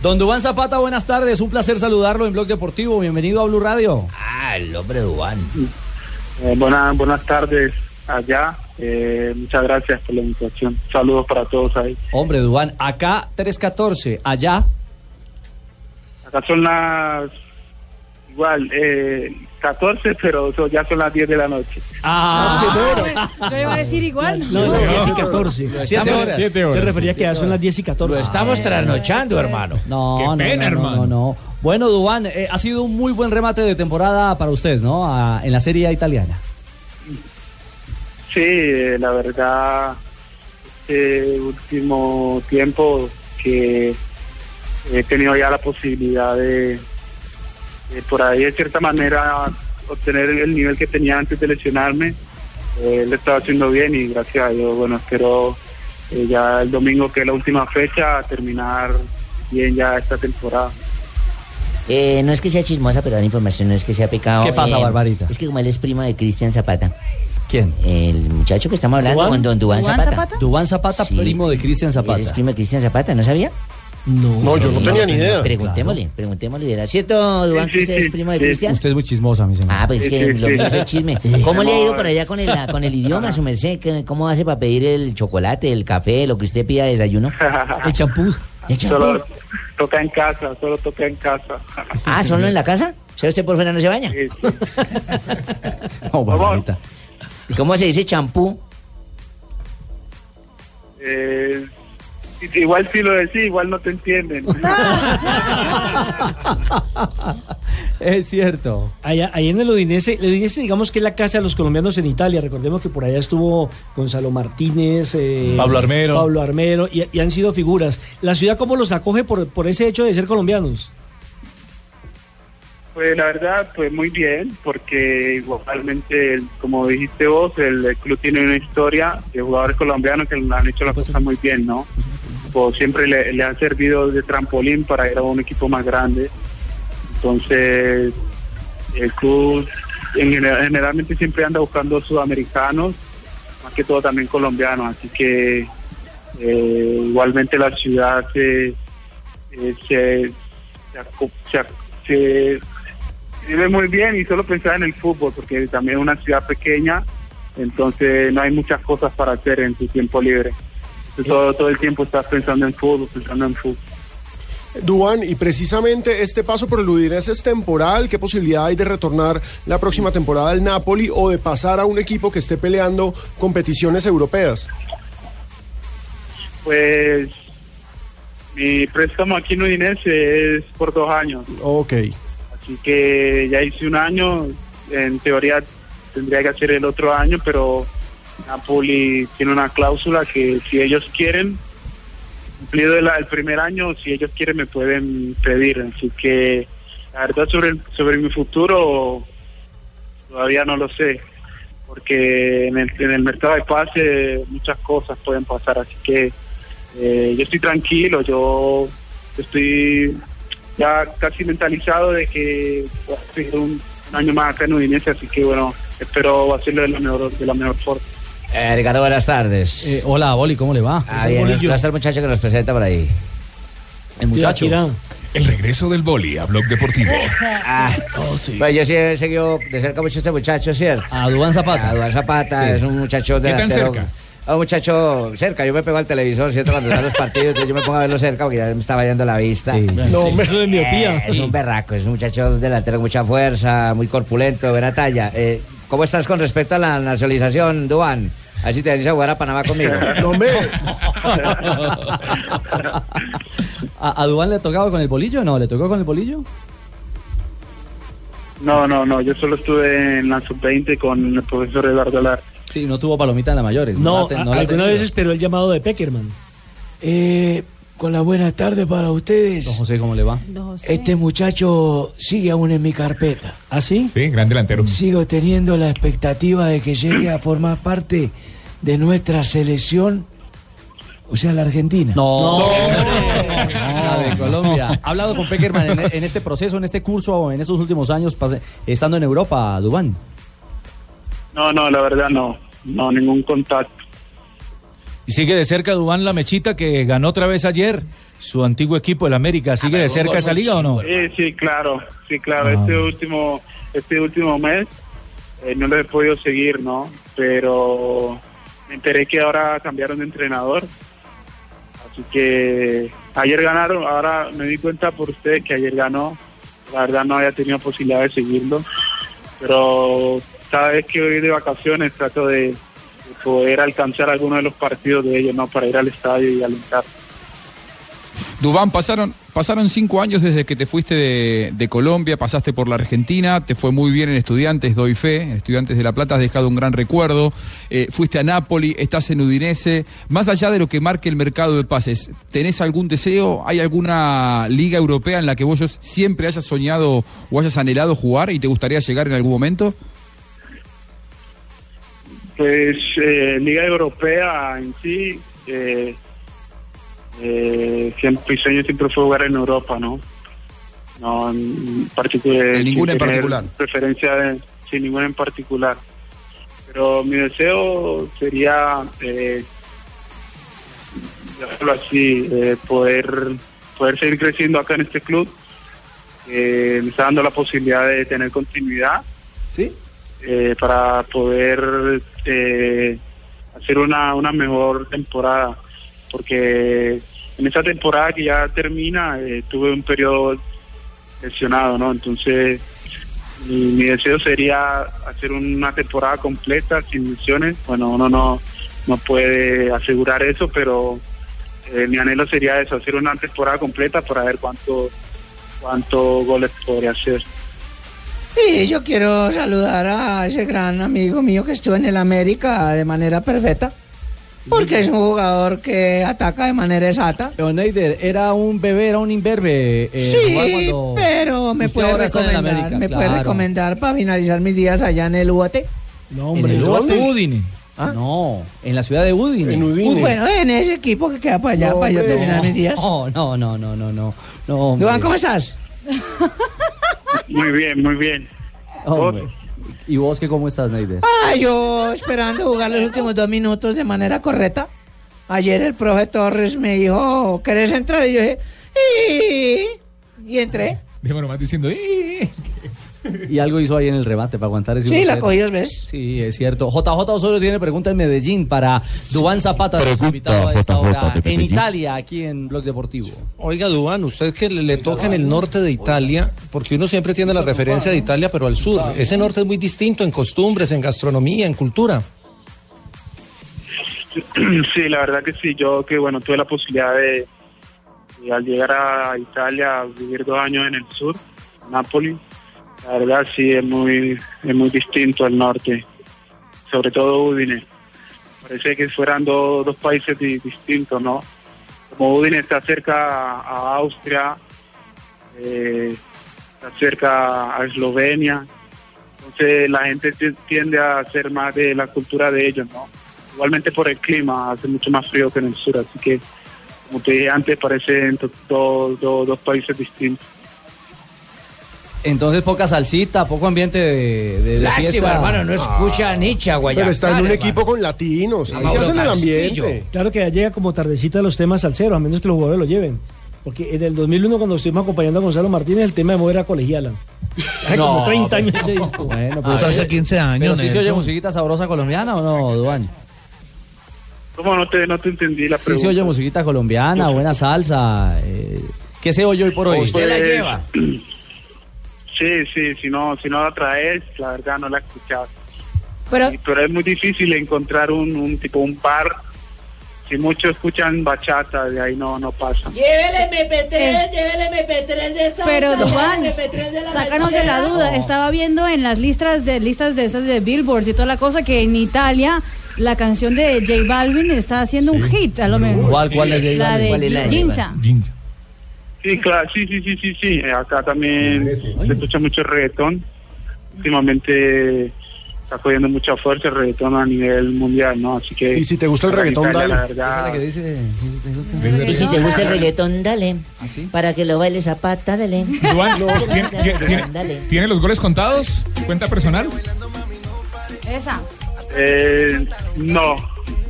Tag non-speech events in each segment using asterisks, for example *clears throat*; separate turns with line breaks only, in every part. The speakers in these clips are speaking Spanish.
Don Dubán Zapata, buenas tardes. Un placer saludarlo en Blog Deportivo. Bienvenido a Blue Radio.
Ah, el hombre Dubán.
Eh, buenas, buenas tardes allá. Eh, muchas gracias por la invitación. Saludos para todos ahí.
Hombre Dubán, acá 314, allá
Acá son las igual eh, 14, pero son- ya son las 10 de la noche.
ah,
Yo iba a decir igual.
*laughs* No, no, 10 y 14.
Siete
Estamos-
horas.
Siete horas.
Se refería que ya son las 10 y 14.
Lo estamos trasnochando,
sí.
hermano.
Ah, No,
Qué
no,
pena,
no, no,
hermano.
no, no. Bueno, Dubán, eh, ha sido un muy buen remate de temporada para usted, ¿no? Ah, en la Serie A italiana.
Sí, eh, la verdad, este último tiempo que he tenido ya la posibilidad de, de por ahí de cierta manera obtener el nivel que tenía antes de lesionarme, eh, lo estaba haciendo bien y gracias a Dios, bueno, espero eh, ya el domingo que es la última fecha terminar bien ya esta temporada.
Eh, no es que sea chismosa, pero la información no es que sea pecado.
¿Qué pasa,
Eh,
Barbarita?
Es que como él es primo de Cristian Zapata,
¿Quién?
el muchacho que estamos hablando,
¿Duván?
con don Dubán
¿Dubán
Zapata.
Zapata?
Dubán Zapata,
Sí.
primo de Cristian
Él es
Zapata.
primo de Cristian Zapata, ¿no sabía?
No, yo no tenía ni idea.
Preguntémosle, preguntémosle. ¿Era cierto, Dubán,
Sí,
que
sí,
usted es
sí,
primo de
sí.
Cristian?
Usted es muy chismosa, mi señor.
Ah, pues es
Sí,
que
sí,
lo
sí.
que hizo
*laughs*
el chisme. ¿Cómo le ha ido por allá con el, con el idioma, su merced? ¿Qué- ¿Cómo hace para pedir el chocolate, el café, lo que usted pida de
*laughs*
desayuno?
El champú.
El
Solo
champú.
toca en casa, solo toca en casa.
Ah, ¿solo en la casa? O sea, usted por fuera no se baña.
Sí, sí.
*laughs* No, Barbarita.
¿Cómo se dice champú?
Eh, igual si lo decís, igual no te entienden.
Es cierto.
Allá, ahí en el Udinese, el Udinese digamos que es la casa de los colombianos en Italia. Recordemos que por allá estuvo Gonzalo Martínez, eh,
Pablo Armero.
Pablo Armero, y, y han sido figuras. ¿La ciudad cómo los acoge por, por ese hecho de ser colombianos?
Pues la verdad, pues muy bien, porque igualmente, el- como dijiste vos, el, el club tiene una historia de jugadores colombianos que han hecho las cosas muy bien, ¿no? Pues siempre le, le han servido de trampolín para ir a un equipo más grande. Entonces, el club en general- generalmente siempre anda buscando sudamericanos, más que todo también colombianos, así que eh, igualmente la ciudad se, eh, se, se aco- se ac- se vive muy bien y solo pensaba en el fútbol, porque también es una ciudad pequeña, entonces no hay muchas cosas para hacer en tu tiempo libre. Entonces, Todo, todo el tiempo estás pensando en fútbol, pensando en fútbol.
Duan, y precisamente este paso por el Udinese es temporal. ¿Qué posibilidad hay de retornar la próxima temporada al Napoli o de pasar a un equipo que esté peleando competiciones europeas?
Pues mi préstamo aquí en Udinese es por dos años,
Ok.
así que ya hice un año, en teoría tendría que hacer el otro año, pero Napoli tiene una cláusula que si ellos quieren, cumplido el, el primer año, si ellos quieren me pueden pedir. Así que la verdad sobre, el- sobre mi futuro todavía no lo sé, porque en el, en el mercado de pase muchas cosas pueden pasar. Así que eh, yo estoy tranquilo, yo estoy ya casi mentalizado de que voy a seguir un, un año más acá en Udinese, así que bueno, espero hacerlo de la mejor, de la mejor forma.
Eh, Ricardo, buenas tardes.
Eh, hola, Boli, ¿cómo le va?
ah, bien, nos- gracias al muchacho que nos presenta por ahí.
El muchacho.
Tiráquirá.
El regreso del boli a Blog Deportivo.
Ah, Pues yo sí he seguido de cerca mucho a este muchacho, ¿cierto?
A Dubán Zapata.
Ah, Eduardo Zapata
Sí.
es un muchacho
¿Qué tan
delantero.
cerca?
Ah, Un muchacho cerca, yo me pego al televisor, ¿cierto? Cuando están los partidos, entonces yo me pongo a verlo cerca porque ya me estaba yendo la vista.
Sí.
No, eso de miopía.
Eh, es un berraco, es un muchacho delantero con mucha fuerza, muy corpulento, buena talla. Eh, ¿Cómo estás con respecto a la nacionalización, Duan? Así te venís a jugar a Panamá conmigo.
No me.
¿A, a Dubán le tocaba con el bolillo o no? ¿Le tocó con el bolillo?
No, no, no, yo solo estuve en la sub-20 con el profesor Eduardo Lar.
Sí, no tuvo palomita en la mayores.
No,
la te-
a-
la
algunas
tenía.
veces, pero el llamado de Peckerman.
Eh,
Con la buena tarde para ustedes.
Don José, ¿cómo le va?
Este muchacho sigue aún en mi carpeta.
¿Ah, sí?
Sí, gran delantero.
Sigo teniendo la expectativa de que llegue a formar parte de nuestra selección, o sea, la Argentina.
No, La de Colombia. ¿Ha hablado con Peckerman en, en este proceso, en este curso o en estos últimos años pase- estando en Europa, Dubán?
No, no, la verdad no. No, ningún contacto.
Y sigue de cerca Dubán la mechita que ganó otra vez ayer su antiguo equipo, el América. ¿Sigue de cerca esa liga o no?
Sí, sí, claro, sí, claro. Este último, este último mes eh, no lo he podido seguir, ¿no? Pero me enteré que ahora cambiaron de entrenador. Así que ayer ganaron, ahora me di cuenta por ustedes que ayer ganó. La verdad no había tenido posibilidad de seguirlo. Pero cada vez que voy de vacaciones trato de, de poder alcanzar alguno de los partidos de ellos, ¿no? Para ir al estadio y alentar.
Dubán, pasaron, pasaron cinco años desde que te fuiste de, de Colombia, pasaste por la Argentina, te fue muy bien en Estudiantes, doy fe, en Estudiantes de La Plata has dejado un gran recuerdo, eh, fuiste a Nápoli, estás en Udinese, más allá de lo que marque el mercado de pases, ¿tenés algún deseo? ¿Hay alguna liga europea en la que vos siempre hayas soñado o hayas anhelado jugar y te gustaría llegar en algún momento?
Pues eh, Liga Europea en sí, eh, eh, siempre, mi sueño siempre fue jugar en Europa, ¿no? No, en particular.
En ninguna en particular.
Preferencia de- sin ninguna en particular. Pero mi deseo sería, eh, llamarlo así, eh, poder, poder seguir creciendo acá en este club. Eh, me está dando la posibilidad de tener continuidad eh, para poder eh, hacer una, una mejor temporada. Porque en esta temporada que ya termina, eh, tuve un periodo lesionado, ¿no? Entonces, mi, mi deseo sería hacer una temporada completa, sin lesiones. Bueno, uno no, no puede asegurar eso, pero eh, mi anhelo sería eso, hacer una temporada completa para ver cuánto cuántos goles podría hacer.
Sí, yo quiero saludar a ese gran amigo mío que estuvo en el América de manera perfecta. Porque es un jugador que ataca de manera exata.
Pero Neider era un bebé, era un imberbe. eh, jugar
sí,
cuando
pero me
usted
puede
ahora está en el
recomendar,
América,
me puede
claro.
recomendar para finalizar mis días allá en el UAT.
No,
hombre,
¿En el
¿dónde?
Udine?
¿Ah? No, en la ciudad de Udine. En
Bueno, en ese equipo que queda para allá, para yo terminar mis días.
No, no, no, no, no, no. no hombre.
Duván, ¿cómo estás?
Muy bien, muy bien.
Hombre. ¿Y vos qué cómo estás, Neider?
Ah, yo esperando jugar los últimos dos minutos de manera correcta. Ayer el profe Torres me dijo, "Oh, ¿querés entrar? Y yo dije, "Sí". y entré.
Déjame nomás diciendo, "Eh".
Y algo hizo ahí en el remate para aguantar ese
Sí, la
1-0.
cogí dos veces.
Sí, es cierto. JJ Osorio tiene pregunta en Medellín para Dubán Zapata, nuestro
Pregunta,
invitado a esta
JJ
hora
de
en
Medellín.
Italia, aquí en Blog Deportivo.
Oiga, Dubán, usted que le, le toca en el norte de Italia, porque uno siempre tiene la referencia de Italia, pero al sur. Ese norte es muy distinto en costumbres, en gastronomía, en cultura.
Sí, la verdad que sí. Yo que bueno tuve la posibilidad de, de al llegar a Italia vivir dos años en el sur, Nápoles. La verdad sí es muy es muy distinto al norte, sobre todo Udine. Parece que fueran do- dos países di- distintos, ¿no? Como Udine está cerca a, a Austria, eh, está cerca a Eslovenia, entonces la gente ti- tiende a ser más de la cultura de ellos, ¿no? igualmente por el clima, hace mucho más frío que en el sur, así que como te dije antes, parecen to- do- do- dos países distintos.
Entonces, poca salsita, poco ambiente de, de, de
Lástima,
fiesta.
hermano, no escucha
a Nietzsche, a
Pero está en un equipo con latinos. Ahí se hacen el ambiente.
Claro que ya llega como tardecita los temas al cero, a menos que los jugadores lo lleven. Porque en el 2001, cuando estuvimos acompañando a Gonzalo Martínez, el tema de mover a colegiala. Hace como
No,
30
pero-
años de disco.
Ah,
Bueno, pues, eh, Pero si se oye musiquita sabrosa colombiana o no, Duan.
¿Cómo no te, no te entendí la
Sí
pregunta?
se oye musiquita colombiana, buena salsa. eh, ¿Qué se oye hoy por hoy?
Pues, *clears throat* Sí, sí, si no, si no la traes, la verdad no la escuchas.
Pero,
Y- Pero es muy difícil encontrar un, un tipo, un par. Si muchos escuchan bachata, de ahí no, no pasa.
Llévele MP3,
Es-
llévele MP3 de esa.
pero Duván, sácanos de la duda.
Está
Estaba viendo en las listas de listas de esas de Billboards y toda la cosa que en Italia
la canción de J Balvin está haciendo un hit, a lo mejor.
¿Cuál- cuál es J
La
Balvin? ¿Cuál es la
Oh,
de
de
Ginza.
Sí, claro, sí, sí, sí, sí, sí. Acá también se escucha mucho reggaetón. Últimamente está cogiendo mucha fuerza el reggaetón a nivel mundial, ¿no? Así que...
Y si te gusta el
acá en
reggaetón,
Italia,
dale.
la verdad,
Y si te gusta el reggaetón, dale. Para que lo baile zapata, dale.
Duan,
*laughs*
¿tiene, tiene- tiene- tiene los goles contados? ¿Cuenta personal?
Esa.
eh, no,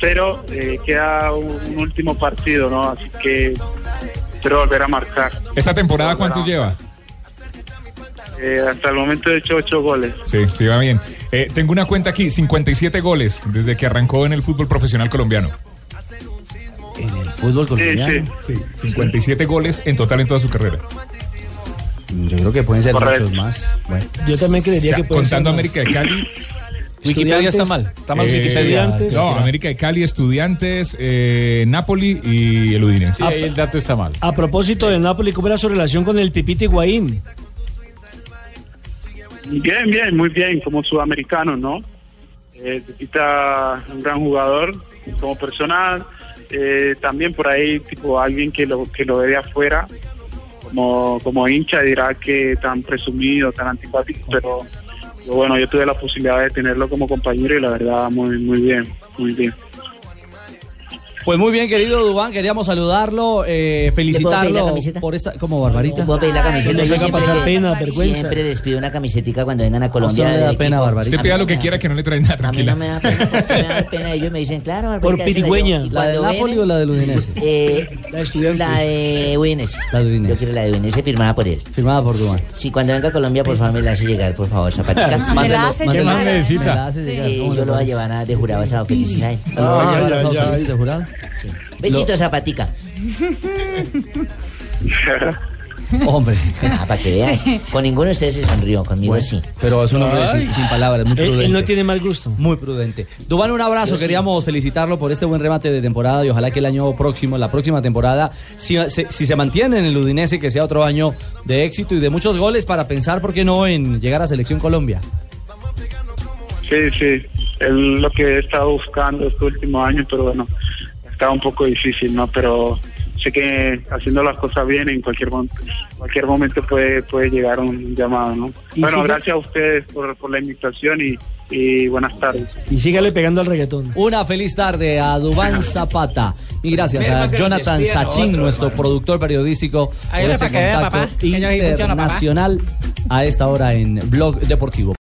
pero eh, queda un, un último partido, ¿no? Así que quiero volver a marcar.
¿Esta temporada cuántos lleva?
Eh, hasta el momento he hecho ocho goles.
Sí, sí, va bien. Eh, tengo una cuenta aquí, 57 goles desde que arrancó en el fútbol profesional colombiano. ¿En el
fútbol
colombiano?
Sí, sí. 57 goles en total en toda su carrera.
Yo creo que pueden ser
Correcto.
muchos más. Bueno.
Yo también creería que pueden
Contando
ser
América de
más.
Cali.
Wikipedia está mal, está mal Wikipedia.
estudiantes. No, América de Cali, Estudiantes, eh, Napoli y el Udinese.
Sí, ahí
el dato está mal.
A propósito de Napoli, ¿cómo era su relación con el Pipita Higuaín?
Bien, bien, muy bien, como sudamericano, ¿no? Eh, Pepita, un gran jugador como personal. eh, también por ahí, tipo, alguien que lo, que lo ve de afuera, como, como hincha, dirá que tan presumido, tan antipático, pero pero bueno, yo tuve la posibilidad de tenerlo como compañero y la verdad, muy, muy bien, muy bien.
Pues muy bien, querido Dubán, queríamos saludarlo, eh,
pedir la
felicitarlo
camiseta?
por esta, como Barbarita.
Puedo pedir la camiseta. Yo siempre,
pasar pena, vergüenza.
siempre les pido una camisetica cuando vengan a
usted
Colombia.
no le da
del
pena,
equipo.
Barbarita. Ah,
A
Usted
mí
pida
no
lo
me
que
da
quiera que no le traen nada, tranquila.
pena. Ellos me dicen, claro, Barbarita,
Por
eso le llevo.
Pirigüeña,
Y
la de
cuando
Napoli
vienen,
o la del Udinese.
Eh, la de estudiante. La de Udinese. La de Udinese. Yo quiero la de Udinese firmada por él.
Firmada por Dubán.
Sí, cuando venga a Colombia, por favor, me la hace llegar, por favor, zapatica.
Sí, Ah, me la hace ¿Qué llegar, más además. necesita? Me la hace llegar.
Eh,
¿Cómo
yo
le
lo voy a
parece?
llevar Ah, a, de jurado a Sao Feliz a él.
Lo va a llevar a Sao Feliz de jurado.
Sí. Besito, zapatica.
Hombre.
Ah, para que veas. Con ninguno de ustedes se sonrió, conmigo sí.
Pero es un hombre sin, sin palabras, muy
Él- Eh, él
prudente.
no
tiene mal gusto.
Muy prudente. Dubán, un abrazo.
Yo sí.
Queríamos felicitarlo por este buen remate de temporada y ojalá que el año próximo, la próxima temporada, si se, si se mantiene en el Udinese, que sea otro año de éxito y de muchos goles para pensar, ¿por qué no?, en llegar a Selección Colombia.
Sí, sí, es lo que he estado buscando este último año, pero bueno, estaba un poco difícil, ¿no? Pero sé que haciendo las cosas bien en cualquier momento, cualquier momento puede, puede llegar un llamado, ¿no?
Y
Bueno,
sigue-
gracias a ustedes por, por la invitación y, y buenas tardes.
Y sígale pegando al reggaetón.
Una feliz tarde a Dubán Zapata. Y gracias
Merma
a
que nos
Jonathan
despidan a
Sachin,
otro,
nuestro productor periodístico, por
Ayúdame
este
para que vea,
contacto
papá, que yo aquí funciona, papá.
internacional a esta hora en Blog Deportivo.